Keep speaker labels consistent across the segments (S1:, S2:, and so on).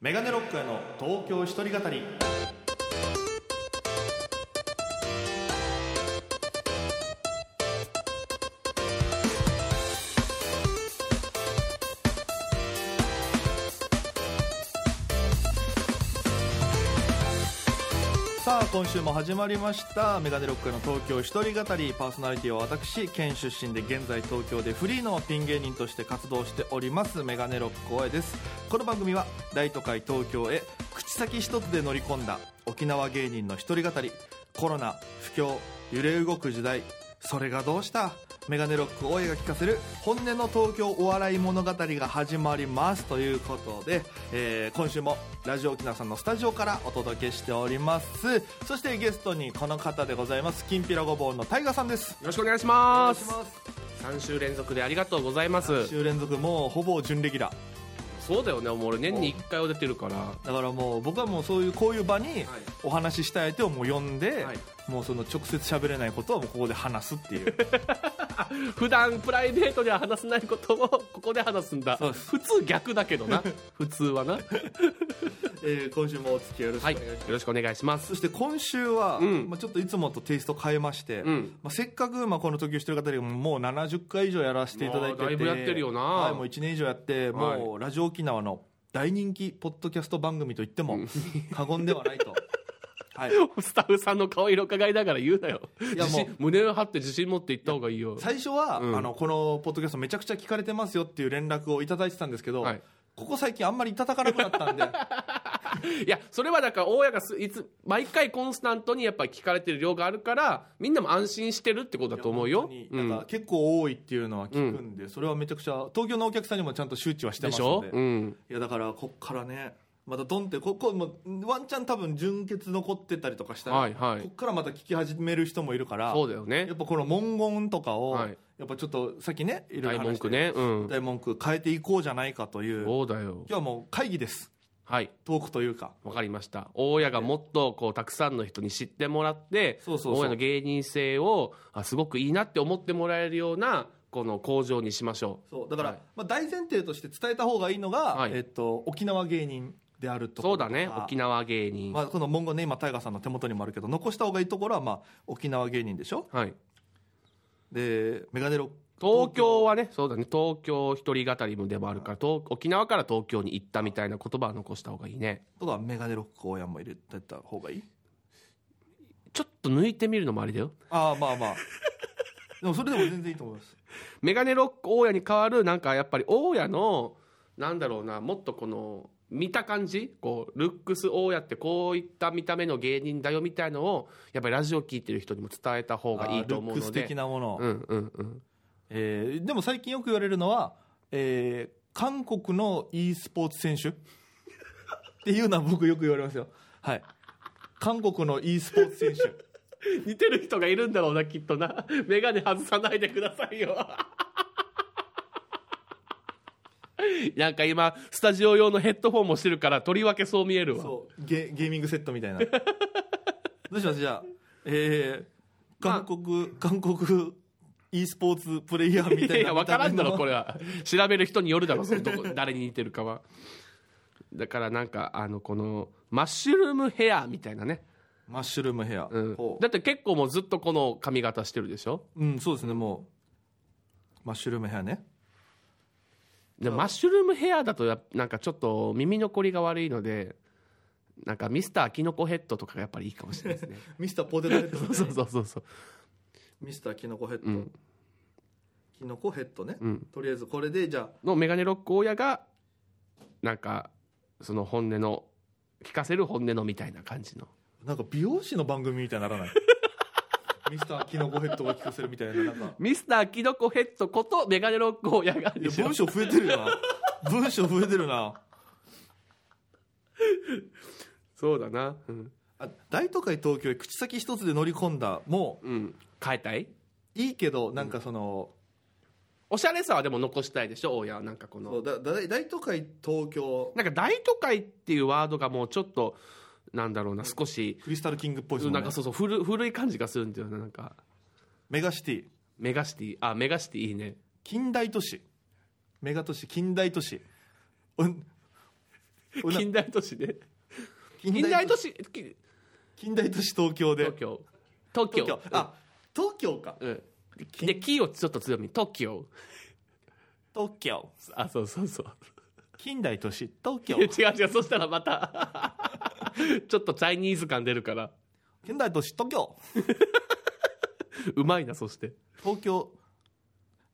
S1: メガネロックへの東京一人語りさあ今週も始まりましたメガネロックへの東京一人語りパーソナリティは私県出身で現在東京でフリーのピン芸人として活動しておりますメガネロック声ですこの番組は大都会東京へ口先一つで乗り込んだ沖縄芸人の一人語りコロナ不況揺れ動く時代それがどうしたメガネロック大江が聞かせる本音の東京お笑い物語が始まりますということで、えー今週もラジオ沖縄さんのスタジオからお届けしておりますそしてゲストにこの方でございますきんぴらごぼうのタイガさんです
S2: よろしくお願いします
S1: ます
S2: 3週連続でありがとうございます
S1: 週連続もうほぼ準レギュラー
S2: そうだよねもう俺年に1回は出てるから
S1: だからもう僕はもうそういうこういう場にお話ししたい相手をもう呼んで、
S2: はい
S1: もうその直接喋れないことはもうここで話すっていう
S2: 普段プライベートでは話せないことをここで話すんだ
S1: そうです
S2: 普通逆だけどな普通はな
S1: えー今週もお付き合いよろしくお
S2: は
S1: 願い
S2: いよ
S1: します、
S2: ろしくお願いします
S1: そして今週は、
S2: うん
S1: まあ、ちょっといつもとテイスト変えまして、
S2: うん
S1: まあ、せっかく、まあ、この時をしてる方でもう70回以上やらせていただいてて
S2: もうだいぶやってるよな
S1: はい、もう1年以上やって、
S2: はい
S1: もうラジオ沖縄の大人気ポッドキャスト番組といっても過言ではない とはい
S2: スタッフさんの顔色伺いながら言うなよ
S1: や
S2: 自信
S1: も
S2: 胸を張って自信持って言った方がいいよ
S1: 最初は、
S2: うん
S1: あのこのポッドキャストめちゃくちゃ聞かれてますよっていう連絡をいただいてたんですけど、
S2: はい
S1: ここ最近あんまりいただかなくなったんで
S2: いやそれはだから大家がすいつ毎回コンスタントにやっぱ聞かれてる量があるからみんなも安心してるってことだと思う
S1: 本
S2: よ
S1: 当に
S2: う
S1: なんか
S2: ん
S1: 結構多いっていうのは聞くんで、それはめちゃくちゃ東京のお客さんにもちゃんと周知はして
S2: で
S1: ます
S2: し
S1: の
S2: ょ
S1: で
S2: うん
S1: いやだからこっからねまたドンってここもうワンチャン多分純血残ってたりとかしたら、
S2: はいはい
S1: こっからまた聞き始める人もいるから
S2: そうだよね
S1: やっぱこの文言とかを、
S2: はい
S1: やっぱちょっとさっきねいろいろ
S2: 大文
S1: 話して
S2: 句ねうん
S1: 大文句変えていこうじゃないかという今
S2: そうだよ
S1: 日はもう会議です
S2: はい
S1: トークというか
S2: わかりました大家がもっとこうたくさんの人に知ってもらって
S1: そうそうそう
S2: 大家の芸人性をあすごくいいなって思ってもらえるようなこの向上にしましょ
S1: そうだから、
S2: はい
S1: まあ、大前提として伝えた方がいいのが、
S2: はい
S1: えっと、沖縄芸人である
S2: う
S1: とこ
S2: そ
S1: ろ
S2: うだね
S1: とか
S2: 沖縄芸人、
S1: まあ、この文言ね今タイガーさんの手元にもあるけど残した方がいいところは、まあ、沖縄芸人でしょ
S2: はい、
S1: でメガネロック
S2: 東京はねそうだね東京一人語りもでもあるから東沖縄から東京に行ったみたいな言葉は残した方がいいね
S1: とかメガネロック大山も入れてった方がいい
S2: ちょっと抜いてみるのもありだよ
S1: ああまあまあでもそれでも全然いいと思います
S2: メガネロック大家に代わるなんかやっぱり大家のなんだろうなもっとこの見た感じこうルックス大家ってこういった見た目の芸人だよみたいのをやっぱりラジオ聞いてる人にも伝えた方がいいと思う
S1: あ
S2: の
S1: ールックス的
S2: で
S1: なもの、
S2: うんうんうん
S1: えーでも最近よく言われるのは、えー韓国の e スポーツ選手っていうのは僕よく言われますよはい韓国の e スポーツ選手
S2: 似てる人がいるんだろうなきっとな メガネ外さないでくださいよ なんか今スタジオ用のヘッドホンもしてるからとりわけ そう見えるわ
S1: そうゲゲーミングセットみたいなどうしますじゃあえー
S2: まあ
S1: 韓国、韓国 e スポーツプレイヤーみたいな
S2: や、わからんだろ、こ
S1: れ
S2: れは。調べる人によるだろ、そのどこ誰に似てるかは。だからなんか、あの、この、マッシュルームヘアみたいなね。
S1: マッシュルームヘア、
S2: うん
S1: ほ。う
S2: だって結構もうずっとこの髪型してるでしょ
S1: うん、そうですねもうマッシュルームヘアね
S2: でマッシュルームヘアだとや、なんかちょっと耳残りが悪いので、なんかミスターキノコヘッドとかがやっぱりいいかもしれな いですね。
S1: ミスターポテトヘッド、
S2: そうそうそうそう。
S1: ミスターキノコヘッド、
S2: うん
S1: キノコヘッドね、
S2: うん
S1: とりあえずこれでじゃあ
S2: のメガネロック親が、なんか、その本音の、聞かせる本音のみたいな感じの。
S1: なんか美容師の番組みたいになら ないミスターキノコヘッドが聞かせるみたいななんか
S2: ミスターキノコヘッドことメガネロック親が
S1: いや文章増えてるよな文章増えてるな
S2: そうだな。うん。
S1: あ大都会東京へ口先一つで乗り込んだも
S2: 変えたいう
S1: いいけどなんかその、
S2: おしゃれさはでも残したいでしょ、大家は。なんかこ
S1: そ
S2: の。
S1: うだだ大都会東京
S2: なんか大都会っていうワードがもうちょっと、なんだろうな、少し、
S1: クリスタルキングっぽいですもんね
S2: なんかそうそう、古古い感じがするんだよな、なんか。
S1: メガシティ
S2: メガシティ、あ、メガシティいいね。
S1: 近代都市メガ都市近代都市うんうな
S2: 近代都市で
S1: 近
S2: 近代
S1: 代
S2: 都
S1: 都市
S2: 市き
S1: 近代都市東京で
S2: 東京東京
S1: 東京あ東京か
S2: うんで「キ」をちょっと強み東京
S1: 東京
S2: あそうそうそう
S1: 近代都市東京
S2: いや違う違うそしたらまた ちょっとチャイニーズ感出るから
S1: 近代都市東京
S2: うまいなそして
S1: 東京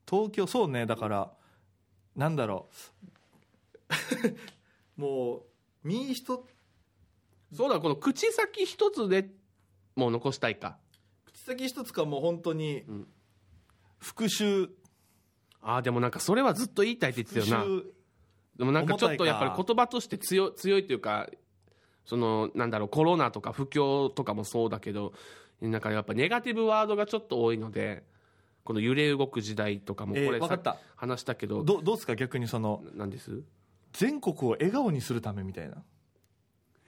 S1: 東京そうねだからなんだろ うもう身一
S2: そうだこの口先一つでもう残したいか
S1: 口先一つかもう本当に
S2: うん
S1: 復讐
S2: あーでもなんかそれはずっと言いたいって
S1: 復
S2: 言ってたよな
S1: 讐
S2: でもなんかちょっとやっ
S1: 重た
S2: ぱ
S1: いか
S2: り言葉として強い強いというかそのなんだろうコロナとか不況とかもそうだけどなんかやっぱネガティブワードがちょっと多いのでこの揺れ動く時代とかもこ
S1: えー
S2: れ
S1: わか
S2: さ
S1: った
S2: 話したけど
S1: どどうですか逆にその
S2: ななんです
S1: 全国を笑顔にするためみたいな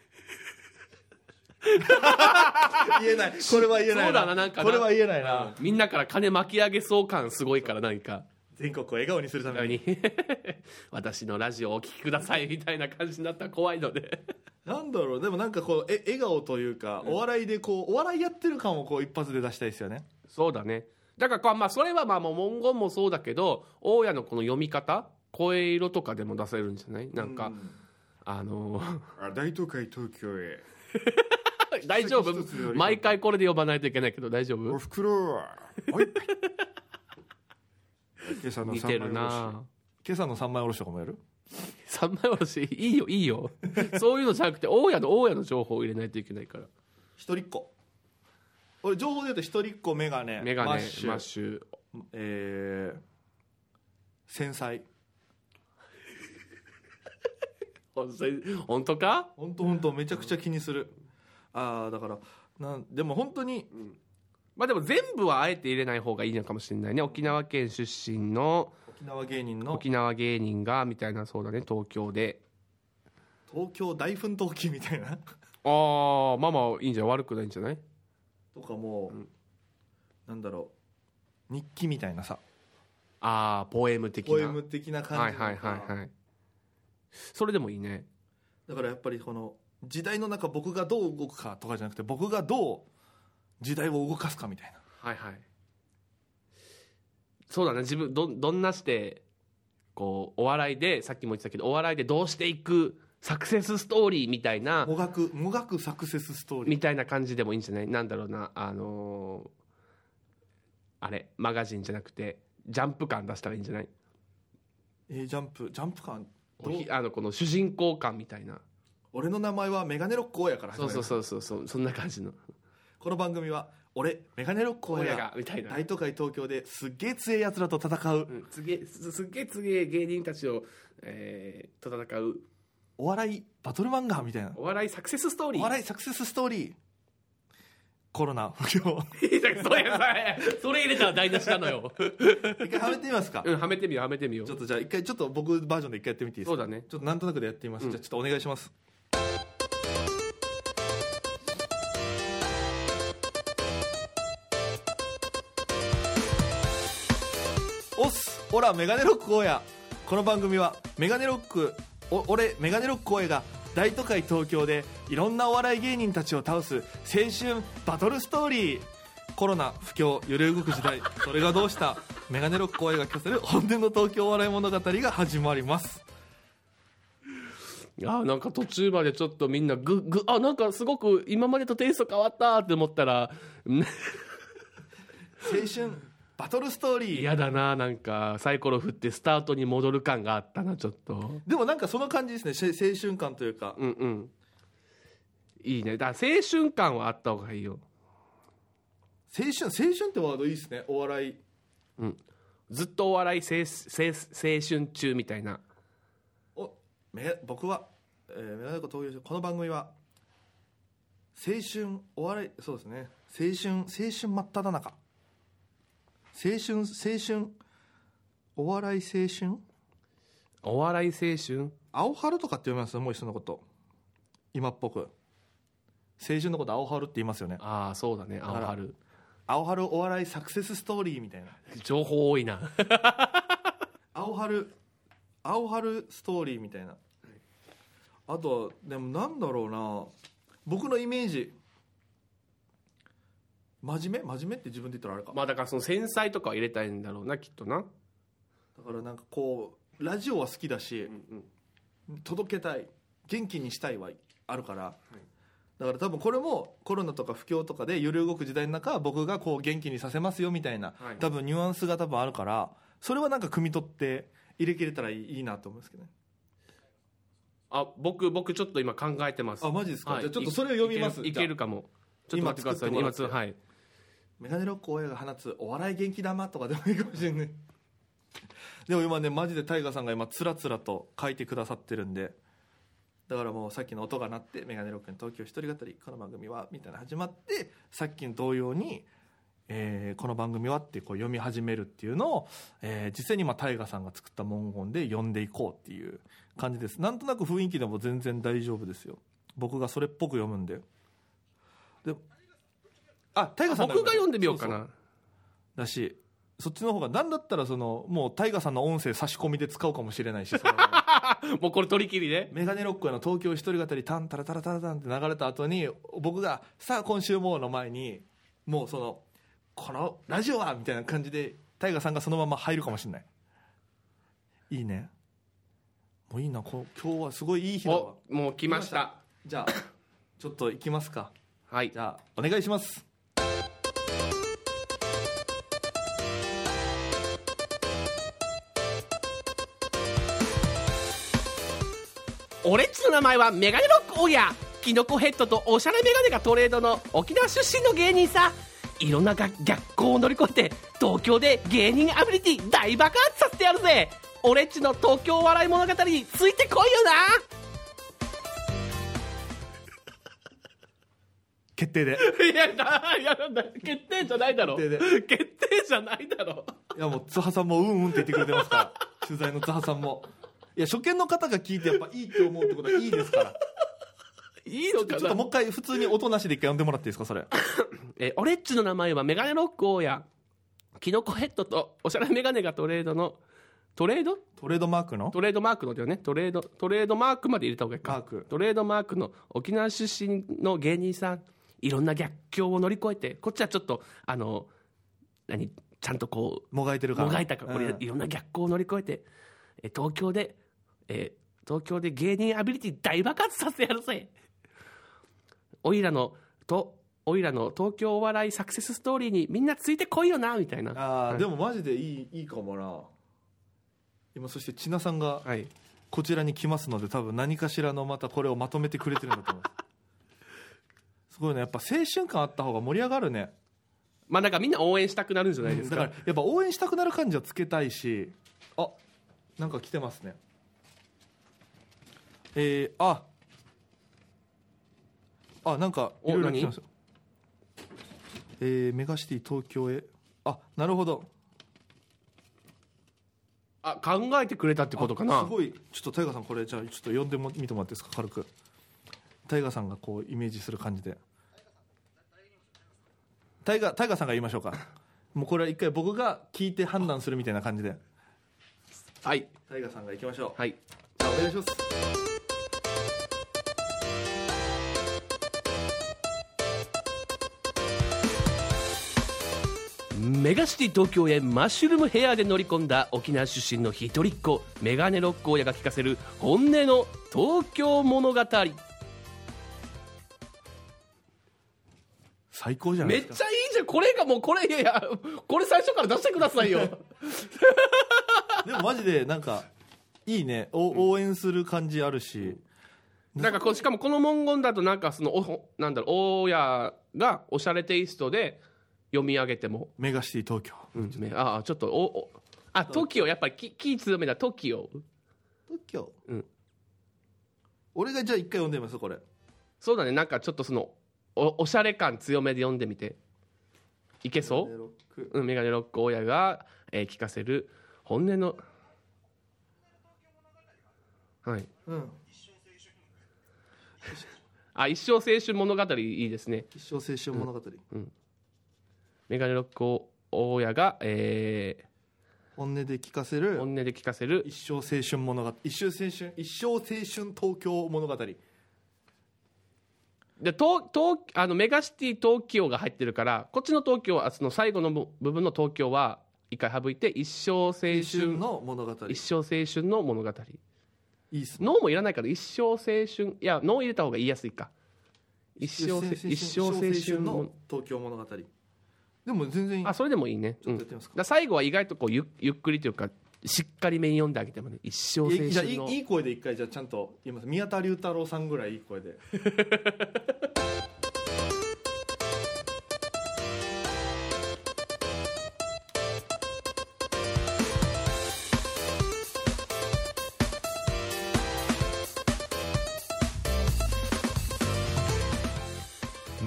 S1: 言えないこれは言えない
S2: そうだななんかな
S1: これは言えないな、
S2: みんなから金巻き上げそう感すごいから何か
S1: 全国を笑顔にするために
S2: に 私のラジオをお聞きくださいみたいな感じになったら怖いので
S1: なんだろうでもなんかこうえ笑顔というかお笑いでこうお笑いやってる感をこう一発で出したいですよね
S2: そうだねだからこうまあそれはまあもう文言もそうだけど大家のこの読み方声色とかでも出せるんじゃないなんか、
S1: う
S2: あのー
S1: あ大都会東京へ
S2: 大丈夫
S1: 一つより
S2: 毎回これで呼ばないといけないけど大丈夫
S1: ふくろはおい 今朝の
S2: 似てるな
S1: 今朝の三枚おろしとかもやる
S2: 三枚おろしいいよいいよ そういうのじゃなくて大家の大家の情報を入れないといけないから
S1: 一人っ子俺情報で言うと一人っ子メガネ
S2: メガネ
S1: マ
S2: マ
S1: ッ
S2: ッ
S1: シ
S2: シ
S1: ュ
S2: ュ
S1: えー、繊細
S2: 本当本当か
S1: 本当本当めちゃくちゃ気にするああだからなんでも本当に
S2: まあでも全部はあえて入れない方がいいのかもしれないね沖縄県出身の
S1: 沖縄芸人の
S2: 沖縄芸人がみたいなそうだね東京で
S1: 東京大奮闘記みたいな
S2: ああまあまあいいんじゃない悪くないんじゃない
S1: とかもう、
S2: うん
S1: なんだろう日記みたいなさ
S2: ああポエム的な
S1: ポエム的な感
S2: はい
S1: じの
S2: はいはいはいそれでもいいね
S1: だからやっぱりこの時代の中僕がどう動くかとかじゃなくて僕がどう時代を動かすかみたいな
S2: はいはいそうだね自分どどんなしてこうお笑いでさっきも言ってたけどお笑いでどうしていくサクセスストーリーみたいな
S1: もがくもがくサクセスストーリー
S2: みたいな感じでもいいんじゃないなんだろうなあのーあれマガジンじゃなくてジャンプ感出したらいいんじゃない
S1: えージャンプジャンプ感
S2: お
S1: どう
S2: ひあのこの主人公感みたいな
S1: 俺の名前はメガネロック大家から始
S2: そ
S1: ま
S2: う
S1: る
S2: そうそうそうそうそんな感じの
S1: この番組は俺メガネロック大
S2: 親
S1: 家
S2: が
S1: が
S2: みたいな、
S1: 大都会東京ですっげえ強いやつらと戦う
S2: うん、すげえすすっげえすげえ芸人たちを、えー、と戦う
S1: お笑いバトル漫画みたいな
S2: お笑いサクセスストーリ
S1: お
S2: ー
S1: 笑いサクセスストーリーコロナ不況
S2: いやそれそれ それ入れたら台無しなのよ
S1: 一回はめてみますか
S2: うんはめてみようはめてみよう
S1: ちょっとじゃあ一回ちょっと僕バージョンで一回やってみていいですか
S2: そうだね
S1: ちょっとなんとなくでやってみます、
S2: うん
S1: じゃあちょっとお願いしますおっすオラメガネロック大家この番組はメガネロックお俺メガネロック大家が大都会東京でいろんなお笑い芸人たちを倒す青春バトルストーリーコロナ不況揺れ動く時代それがどうしたメガネロック大家が聞かせる本年の東京お笑い物語が始まります
S2: あーなんか途中までちょっとみんなググあなんかすごく今までとテイスト変わったって思ったらうん
S1: 青春バトルストーリー
S2: 嫌だななんかサイコロ振ってスタートに戻る感があったなちょっと
S1: でもなんかその感じですねし青春感というか
S2: うんうんいいねだから青春感はあった方がいいよ
S1: 青春青春ってワードいいですねお笑い
S2: ずっとお笑い青青青春中みたいな
S1: おめ僕は、えー、メガネコ東京この番組は青春お笑いそうですね青春青春真っ只中青春青春お笑い青春
S2: お笑い青春
S1: 青春とかって読みますもう一緒のこと今っぽく青春のこと青春って言いますよね
S2: ああそうだね青春
S1: 青春お笑いサクセスストーリーみたいな
S2: 情報多いな
S1: 青春青春ストーリーみたいなあとはでもなんだろうな僕のイメージ真面目真面目って自分で言ったらあれか
S2: まあだからその繊細とかは入れたいんだろうなきっとな、
S1: だからなんかこうラジオは好きだし届けたい元気にしたいはあるから、だから多分これもコロナとか不況とかで揺れ動く時代の中僕がこう元気にさせますよみたいな、
S2: はい
S1: 多分ニュアンスが多分あるからそれはなんか汲み取って入れ切れたらいいいいなと思うんですけどね
S2: あ僕僕ちょっと今考えてます
S1: あマジですか、
S2: はい
S1: じゃあちょっとそれを読みます
S2: いけるいけるかもちょっと待ってくださいね
S1: 今
S2: 今
S1: 作っ
S2: つ
S1: ても
S2: はい
S1: メガネロック親が放つお笑い元気玉とかでもいいかもしれないでも今ねマジでタイガさんが今つらつらと書いてくださってるんでだからもうさっきの音が鳴って「メガネロックの東京一人語りこの番組は」みたいな始まってさっきの同様に「えーこの番組は」ってこう読み始めるっていうのを、えー実際に今タイガさんが作った文言で読んでいこうっていう感じですなんとなく雰囲気でも全然大丈夫ですよ僕がそれっぽく読むんでであタイガさん
S2: 僕が読んでみようか
S1: そ
S2: な
S1: そだしそっちの方が何だったらそのもうタイガさんの音声差し込みで使うかもしれないしそ の
S2: もうこれ取り切りで
S1: メガネロックへの東京一人語りタンタラタラタラタンって流れた後に僕が「さあ今週も」の前にもうその「このラジオは!」みたいな感じでタイガさんがそのまま入るかもしれないいいねもういいなこ今日はすごいいい日だわ
S2: おもう来ました
S1: 来じゃあちょっと行きますか
S2: はい
S1: じゃあお願いします
S2: 俺っちの名前はメガネロックオーヤーキノコヘッドとおしゃれメガネがトレードの沖縄出身の芸人さいろんなが逆行を乗り越えて東京で芸人アビリティ大爆発させてやるぜ俺っちの東京笑い物語についてこいよな
S1: 決定で
S2: いやないやな決定じゃないだろ
S1: 決定
S2: 決定じゃないだろ
S1: いやもう津波さんもうんうんって言ってくれてますから取材の津波さんもいや初見の方が聞いてやっぱいいって思うってことはいいですから
S2: いいの
S1: ちょっともう一回普通に音なしで一回呼んでもらっていいですかそれ
S2: えー俺っちの名前はメガネロックオーヤーキノコヘッドとおしゃれメガネがトレードの トレード
S1: トレードマークの
S2: トレードマークのだよねトレードトレードマークまで入れた方がいいか
S1: マーク
S2: トレードマークの沖縄出身の芸人さんいろんな逆境を乗り越えてこっちはちょっとあの何ちゃんとこう
S1: もがいてるから
S2: もがいたから、これ
S1: うん
S2: いろんな逆行を乗り越えてえー東京で、えー東京で芸人アビリティ大爆発させてやるぜおいらのとおいらの東京お笑いサクセスストーリーにみんなついてこいよなみたいな
S1: あ
S2: は
S1: ー
S2: い
S1: でもマジでいいいいかもな今そして千奈さんが
S2: はい
S1: こちらに来ますので多分何かしらのまたこれをまとめてくれてるんだと思いますすごいねやっぱ青春感あった方が盛り上がるね
S2: まあなんかみんな応援したくなるんじゃないです
S1: だ
S2: か
S1: からやっぱ応援したくなる感じはつけたいしあなんか来てますねえー、ああなんかい
S2: お
S1: ろいろ来てますよえー、メガシティ東京へあなるほど
S2: あ考えてくれたってことかな
S1: あすごいちょっとタイガーさんこれじゃあちょっと読んでも見てもらっていいですか軽くタイガーさんがこうイメージする感じでタイガータイガーさんが言いましょうかもうこれは一回僕が聞いて判断するみたいな感じで
S2: はい
S1: タイガーさんが行きましょう
S2: はい
S1: じゃあお願いします
S2: メガシティ東京へマッシュルームヘアで乗り込んだ沖縄出身の一人っ子メガネロック親が聞かせる本音の東京物語
S1: 最高じゃない
S2: め
S1: で
S2: っ
S1: すか
S2: ちゃいいじゃんこれがもうこれいやいやこれ最初から出してくださいよ
S1: でもマジでなんかいいねお応援する感じあるし、
S2: なんかこうしかもこの文言だとなんかそのおほなんだろう親がおしゃれテイストで読み上げても、
S1: メガシティ東京
S2: うんああちょっとおおあトキオやっぱりき気強めだトキオ
S1: 東京
S2: うん
S1: 俺がじゃあ一回読んでみますこれ
S2: そうだねなんかちょっとそのおおしゃれ感強めで読んでみていけそう
S1: メガネロック
S2: うん、メガネロック親が、えー聞かせる本音の。はい。
S1: うん
S2: あ、一生青春物語いいですね。
S1: 一生青春物語、
S2: メガネロック親が、えー
S1: 本音で聞かせる
S2: 本音で聞かせる
S1: 一生青春物語一生青春一生青春東京物語
S2: で東東あのメガシティ東京が入ってるからこっちの東京はその最後の部部分の東京は一回省いて一生青
S1: 青春
S2: 春
S1: の物語い
S2: 一生青春の物語
S1: いっすね
S2: 脳もいらないから一生青春いや脳入れた方が言いやすいか一生青一生青春
S1: の
S2: の
S1: 東京物語でも全然いい
S2: あそれでもいいね、
S1: ちょ
S2: う
S1: っ
S2: ん、
S1: と
S2: だ
S1: やってみ
S2: か
S1: ますから
S2: 最後は意外とこうゆゆっくりというかしっかりめに読んであげてもね一生青
S1: いやじゃあい
S2: 春の
S1: いいい声で一回じゃあちゃんと言います宮田龍太郎さんぐらいいい声で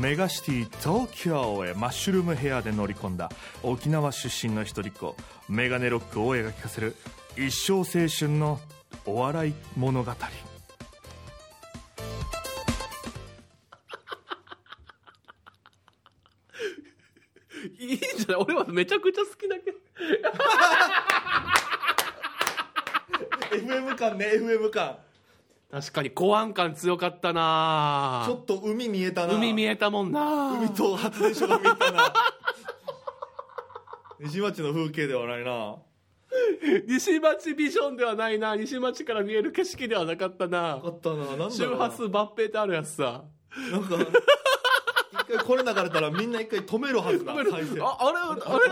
S1: メガシティ東京へマッシュルームヘアで乗り込んだ沖縄出身の一人っ子メガネロック大江が聞かせる一生青春のお笑い物語
S2: いいんじゃない俺はめちゃくちゃ好きだけど
S1: FM 感ね FM 感
S2: 確かに公安感強かったな
S1: ちょっと海見えたな
S2: 海見えたもんな
S1: 海と発電所が見えたな 西町の風景ではないな
S2: 西町ビジョンではないな西町から見える景色ではなかったな
S1: あったななんだろう
S2: 周波数抜兵ってあるやつさ
S1: なんか一回これ流れたらみんな一回止めるはずだ
S2: ああれ
S1: 再生
S2: あれ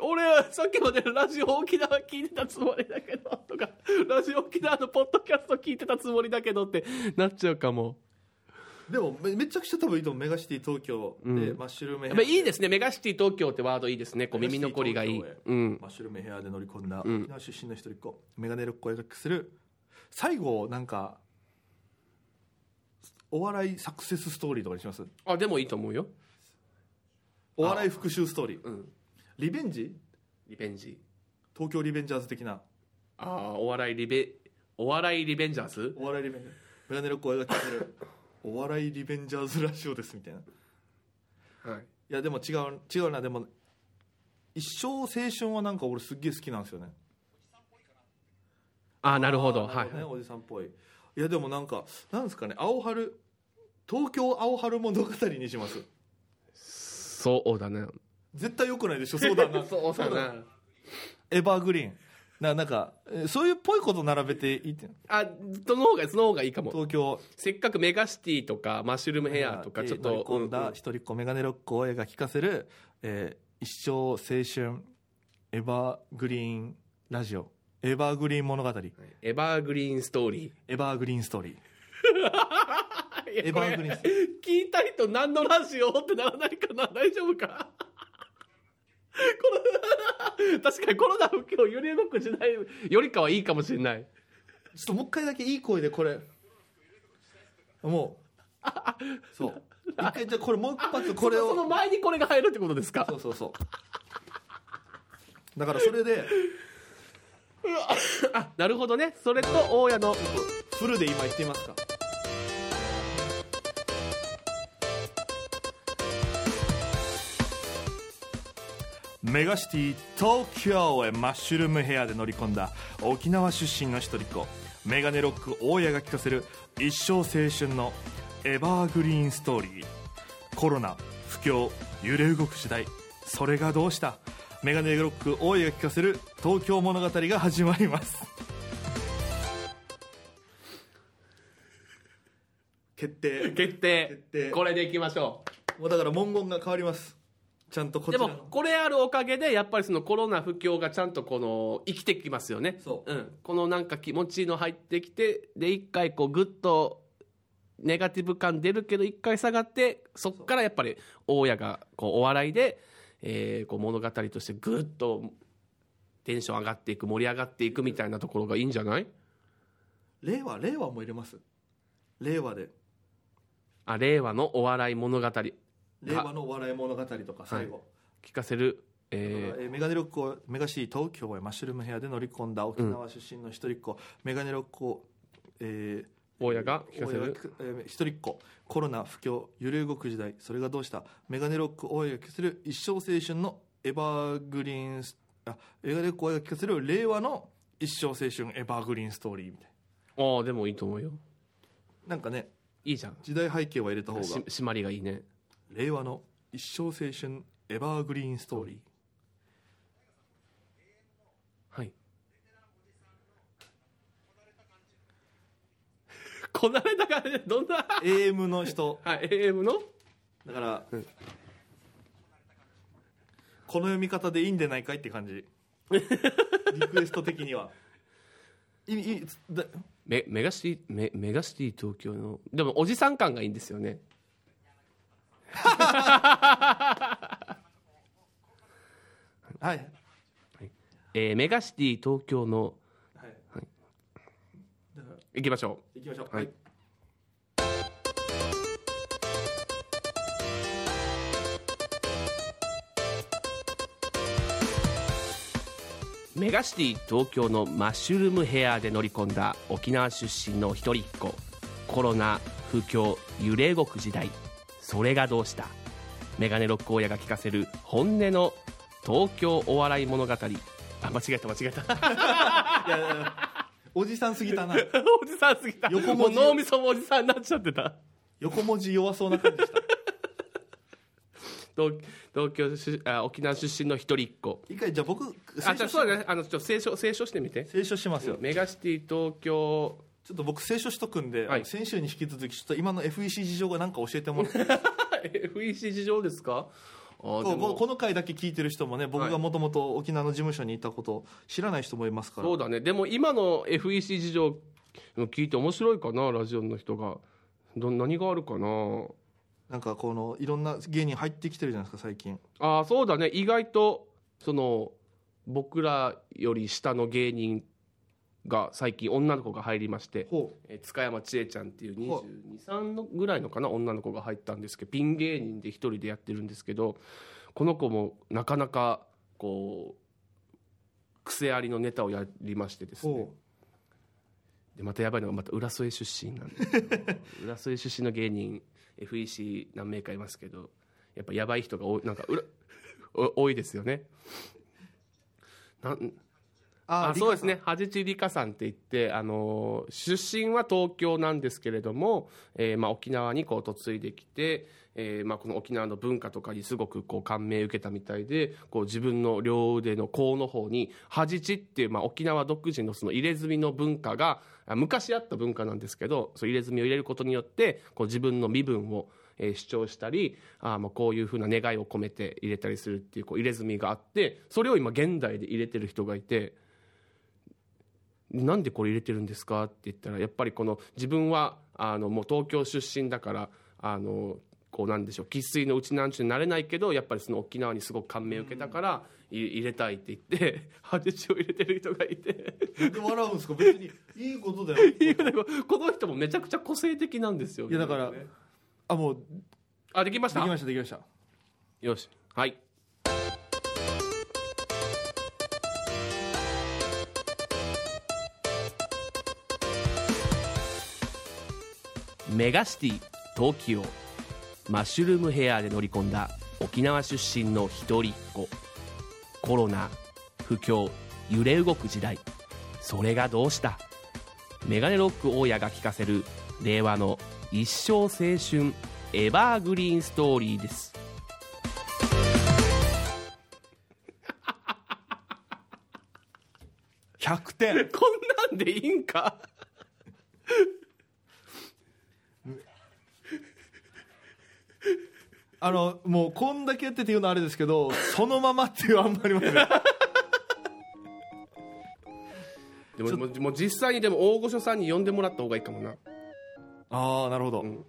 S2: 俺はさっきまでラジオ沖縄聞いてたつもりだけどとかラジオ沖縄のポッドキャスト聞いてたつもりだけどってなっちゃうかも
S1: でもめめちゃくちゃ多分いいと思うメガシティ東京で、
S2: うん
S1: マッシュルームヘ
S2: や
S1: ア
S2: っぱいいですねメガシティ東京ってワードいいですねこう耳残りがいい
S1: メガシティ東京へ
S2: うん
S1: マッシュルームヘアで乗り込んだ
S2: うん
S1: 沖縄出身の一人っ子、メガネロックを描くする最後なんかお笑いサクセスストーリーとかにします
S2: あでもいいと思うよ
S1: お笑い復讐ストーリー
S2: うん
S1: リベンジ
S2: リベンジ
S1: 東京リベンジャーズ的な
S2: ああお笑いリベお笑いリベンジャーズ
S1: お笑いリベンジャーズメガネロックを描くする お笑いリベンジャーズラジオですみたいない
S2: はい
S1: やでも違う違うなでも一生青春はなんか俺すっげえ好きなんですよね
S2: ああなるほど
S1: な
S2: はい
S1: るほどねおじさんっぽいいやでもなんかなんですかね青春東京青春物語にします
S2: そうだね
S1: 絶対良くないでしょそうだな
S2: そうだ
S1: な
S2: な
S1: エバーグリーンななんかえーそういうっぽいこと並べていいって
S2: あその方がその方がいいかも
S1: 東京
S2: せっかくメガシティとかマッシュルームヘアとかちょっ
S1: 乗り
S2: と、
S1: 込ん
S2: うんう
S1: だ
S2: ん
S1: 一人っ子メガネロックを映画聞かせる、えー一生青春エバーグリーンラジオエバーグリーン物語
S2: エバーグリーンストーリ
S1: エバーグリーンストーリー
S2: ーいや
S1: エバーグリーン
S2: これ聞いた人何のラジオってならないかな 大丈夫かコロナ 確かにコロナ不況揺れ動く時代よりかはいいかもしれない
S1: ちょっともう一回だけいい声でこれもうそう一回じゃあこれもう一発これ
S2: その
S1: を
S2: 前にこれが入るってことですか
S1: そうそうそうだからそれで
S2: あなるほどねそれと大家の
S1: フルで今言ってみますかメガシティ東京へマッシュルームヘアで乗り込んだ沖縄出身の一人っ子メガネロック大家が聞かせる一生青春のエバーグリーンストーリーコロナ不況揺れ動く時代それがどうしたメガネロック大家が聞かせる東京物語が始まります決定
S2: 決定
S1: 決定
S2: これでいきましょ
S1: もうだから文言が変わりますちゃんとこ
S2: う
S1: ち
S2: で
S1: ら
S2: も
S1: の
S2: これあるおかげでやっぱりそのコロナ不況がちゃんとこの生きてきますよね
S1: そう
S2: うん、このなんか気持ちいいの入ってきてで一回こうグッとネガティブ感出るけど一回下がってそっからやっぱり大家がこうお笑いで、えーこう物語としてグッとテンション上がっていく盛り上がっていくみたいなところがいいんじゃない
S1: 令和令和も入れます令和で
S2: あ令和のお笑い物語聞
S1: 令和のお笑い物語とか最後、
S2: かせる、
S1: え
S2: えー
S1: ーメガネロックをメガシティ東京へマッシュルームヘアで乗り込んだ沖縄出身の一人っ子、メガネロックを、えー、
S2: 大家が聞かせ
S1: 大家
S2: る
S1: が聞かえー一人っ子コロナ不況揺れ動く時代それがどうしたメガネロック大家が聞かせる一生青春のエバーグリーンスあ映画で声が聞かせる令和の一生青春エバーグリーンストーリーみたい
S2: ああでもいいと思うよ
S1: ななんかね
S2: いいじゃん
S1: 時代背景は入れた方が
S2: し締まりがいいね
S1: 令和の一生青春エバーグリーンストーリー
S2: はいこなれた感じ どんな
S1: AM の人
S2: はい AM の
S1: だから、
S2: うん
S1: この読み方でいいんでないかいって感 じリクエスト的にはいいいいつだ
S2: メメガシティメメガシティ東京のでもおじさん感がいいんですよね
S1: はい
S2: えーメガシティ東京の
S1: はい、だから
S2: 行きましょ
S1: 行きましょう
S2: はいうメガシティ東京のマッシュルームヘアで乗り込んだ沖縄出身の一人っ子コロナ不況揺れ動く時代それがどうしたメガネロック親が聞かせる本音の東京お笑い物語あ間違えた間違えた
S1: いやいやいやおじさんすぎたな
S2: おじさんすぎた
S1: 横文字
S2: もう脳みそもおじさんになっちゃってた
S1: 横文字弱そうな感じした
S2: 東東京出あ沖縄出身の一人っ子
S1: 一回じゃあ僕
S2: あじゃあそう
S1: し
S2: だねあのちょっと清書清書してみて
S1: 清書しますよ、
S2: メガシティ東京
S1: ちょっと僕清書しとくんで、
S2: はい
S1: 先週に引き続きちょっと今の FEC 事情が何か教えてもらって
S2: FEC 事情ですかあー
S1: こ
S2: で
S1: うこ
S2: も
S1: この回だけ聞いてる人もね僕がもともと沖縄の事務所にいたことを知らない人もいますから、
S2: そうだねでも今の FEC 事情聞いて面白いかなラジオの人がど何があるかな
S1: なんかこのいろんな芸人入ってきてるじゃないですか最近
S2: あーそうだね意外とその僕らより下の芸人が最近女の子が入りまして
S1: ほう
S2: えー塚山千恵ちゃんっていう
S1: は
S2: 223のぐらいのかな女の子が入ったんですけどピン芸人で一人でやってるんですけどこの子もなかなかこう癖ありのネタをやりましてですね
S1: ほ
S2: でまたやばいのがまた浦添出身なんですけど浦添出身の芸人 FEC 何名かいますけどやっぱやばい人が多いなんかうらお多いですよね。なん
S1: うあ
S2: あ
S1: あ
S2: そうですね恥地理香さんって言って、あのー出身は東京なんですけれども、えーまあ、沖縄にこう嫁いできて、えーまあ、この沖縄の文化とかにすごくこう感銘受けたみたいでこう自分の両腕の甲の方に恥地っていう、まあ、沖縄独自のその入れ墨の文化があ昔あった文化なんですけどそう入れ墨を入れることによってこう自分の身分をえー主張したりあーまあこういうふうな願いを込めて入れたりするっていうこう入れ墨があってそれを今現代で入れてる人がいてなんでこれ入れてるんですかって言ったらやっぱりこの自分はあのもう東京出身だからあのこうなんでしょう生粋のうちなんちゅうになれないけどやっぱりその沖縄にすごく感銘を受けたから、い入れたいって言って ハデチを入れてる人がいて
S1: なんで笑うんですか別にい いことだよ
S2: いやでも この人もめちゃくちゃ個性的なんですよ
S1: いやだからあもうで
S2: あできまし
S1: き
S2: た
S1: ましたできました
S2: よしはいメガシティ東京マッシュルームヘアで乗り込んだ沖縄出身の一人っ子コロナ不況揺れ動く時代それがどうしたメガネロック大家が聞かせる令和の一生青春エバーグリーンストーリーです
S1: 100点
S2: こんなんでいいんか
S1: あのもうこんだけやってて言うのはあれですけどそのままっていうあんまりません
S2: でももうもう実際にでも大御所さんに呼んでもらった方がいいかもな
S1: ああなるほど、
S2: ん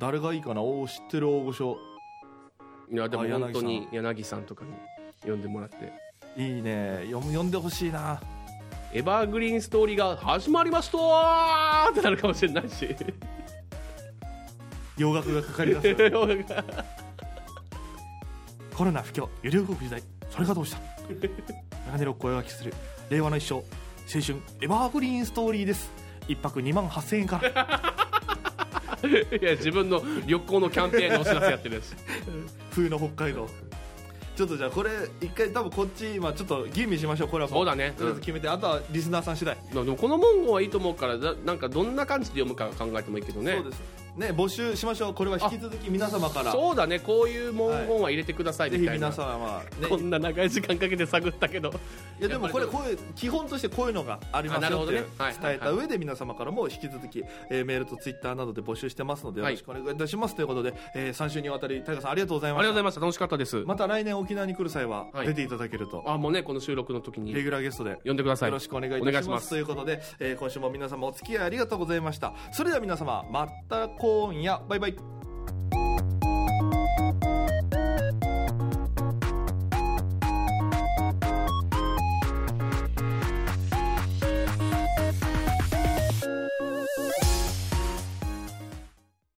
S1: 誰がいいかなおお知ってる大御所
S2: いやでも
S1: あ
S2: 本当に柳さんとかに呼んでもらって
S1: いいねよ呼んでほしいな
S2: 「エバーグリーンストーリーが始まりました!」ってなるかもしれないし
S1: 洋楽がかかりだすコロナ不況揺れ動く時代それがどうした長ネロックを描きする令和の一生青春エバーグリーンストーリーです一泊2万8000円から
S2: いや自分の旅行のキャンペーンのお知らせやってるし
S1: 冬の北海道ちょっとじゃあこれ一回多分こっち今ちょっと吟味しましょうこれはも
S2: そうだね
S1: とりあえず決めて、あとはリスナーさん次第、
S2: でもこの文言はいいと思うからだなんかどんな感じで読むか考えてもいいけどね
S1: そうですね募集しましょうこれは引き続き皆様から
S2: そうだねこういう文言は入れてください
S1: ぜ
S2: み
S1: ひ
S2: たいな、
S1: 皆様ね
S2: こんな長い時間かけて探った けど
S1: いやでもこれこういう基本としてこういうのがあります
S2: あなる
S1: よ
S2: ほ
S1: って
S2: ど
S1: い
S2: ね
S1: う
S2: はい
S1: 伝えた上で皆様からも引き続き、えーメールとツイッターなどで募集してますのでよろしくお願いいたします、ということで、え3週にわたりタイガさんありがとうござい
S2: あ
S1: ま
S2: り
S1: した
S2: がとうございました楽しかったです、
S1: また来年沖縄に来る際は
S2: はい
S1: 出ていただけると、
S2: あもうねこの収録の時
S1: レ
S2: に
S1: ギュラーゲストで
S2: 呼んでください
S1: よろしくお願いい
S2: お願
S1: た
S2: い
S1: し
S2: し
S1: ま
S2: ますす
S1: ということで、えー今週も皆様お付き合いありがとうございましたそれでは皆様また今夜バイバイ